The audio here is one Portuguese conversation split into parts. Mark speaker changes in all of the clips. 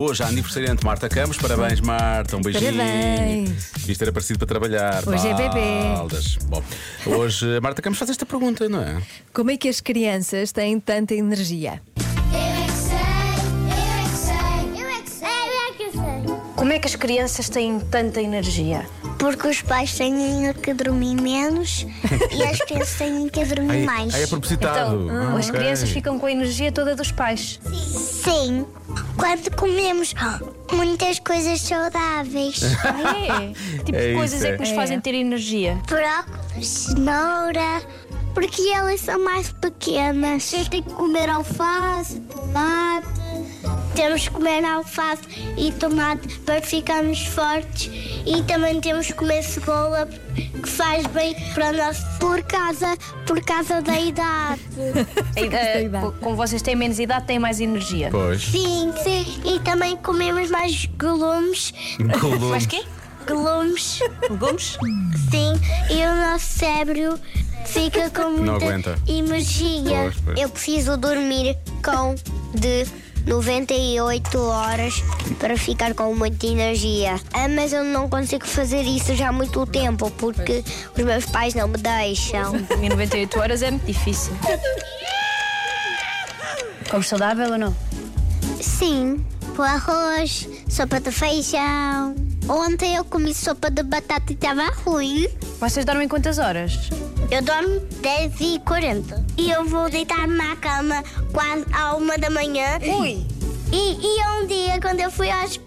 Speaker 1: Hoje a aniversariante Marta Campos, parabéns Marta, um beijinho.
Speaker 2: Parabéns.
Speaker 1: Isto era parecido para trabalhar.
Speaker 2: Hoje é bebê.
Speaker 1: Baldas. Bom, hoje a Marta Campos faz esta pergunta, não é?
Speaker 2: Como é que as crianças têm tanta energia?
Speaker 3: Eu é que sei, eu é que sei, eu é que sei, eu é que sei.
Speaker 4: Como é que as crianças têm tanta energia?
Speaker 3: Porque os pais têm que dormir menos e as crianças têm que dormir mais.
Speaker 1: Ah, é propositado.
Speaker 4: Então,
Speaker 1: Ah,
Speaker 4: as
Speaker 1: ok.
Speaker 4: crianças ficam com a energia toda dos pais.
Speaker 3: Sim, quando comemos muitas coisas saudáveis:
Speaker 4: Ah, é? Tipo,
Speaker 1: É
Speaker 4: de coisas
Speaker 1: isso,
Speaker 4: é
Speaker 1: é.
Speaker 4: que nos fazem ter energia.
Speaker 3: brócolis, cenoura, porque elas são mais pequenas. Eu tenho que comer alface, tomate. Temos que comer alface e tomate para ficarmos fortes e também temos que comer cebola que faz bem para nós por causa, por causa da idade.
Speaker 4: Aí,
Speaker 2: gostei
Speaker 4: eh,
Speaker 2: bem.
Speaker 4: co- como vocês têm menos idade, têm mais energia.
Speaker 1: Pois.
Speaker 3: Sim, sim. E também comemos mais glumes.
Speaker 4: Mas quê?
Speaker 3: Glumes.
Speaker 4: Legumes?
Speaker 3: Sim, e o nosso cérebro fica com
Speaker 1: Não
Speaker 3: muita
Speaker 1: aguenta.
Speaker 3: energia.
Speaker 1: Pois, pois.
Speaker 3: Eu preciso dormir com de 98 horas para ficar com muita energia. Ah, mas eu não consigo fazer isso já há muito tempo porque os meus pais não me deixam.
Speaker 4: Em 98 horas é muito difícil. Como saudável ou não?
Speaker 3: Sim, com arroz, sopa de feijão. Ontem eu comi sopa de batata e estava ruim.
Speaker 4: Vocês dormem quantas horas?
Speaker 3: Eu dormo 10 e 40 E eu vou deitar-me na cama quase à uma da manhã.
Speaker 4: Ui!
Speaker 3: E, e um dia, quando eu fui ao, hos-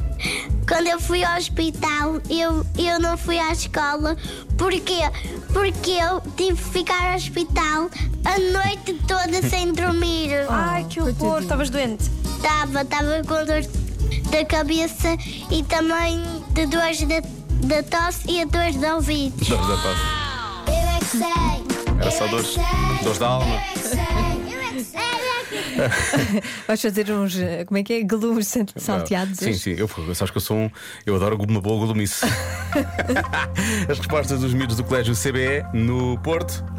Speaker 3: quando eu fui ao hospital, eu, eu não fui à escola. Porquê? Porque eu tive que ficar ao hospital a noite toda sem dormir.
Speaker 4: Ai, que horror! Estavas doente.
Speaker 3: Estava, estava com dor da cabeça e também de dores da, da tosse e a dor do ouvido.
Speaker 1: Dores da tosse.
Speaker 3: Eu é que sei.
Speaker 1: Era só dores. Dores da
Speaker 3: Eu
Speaker 1: alma.
Speaker 3: é que sei. Eu é que sei. Eu é que sei.
Speaker 2: Vais fazer uns, eh, como é que é? Glumes san- salteados?
Speaker 1: Sim, sim. Eu, sabes que eu sou um. Eu adoro uma boa golumice. As respostas dos miúdos do Colégio CBE no Porto.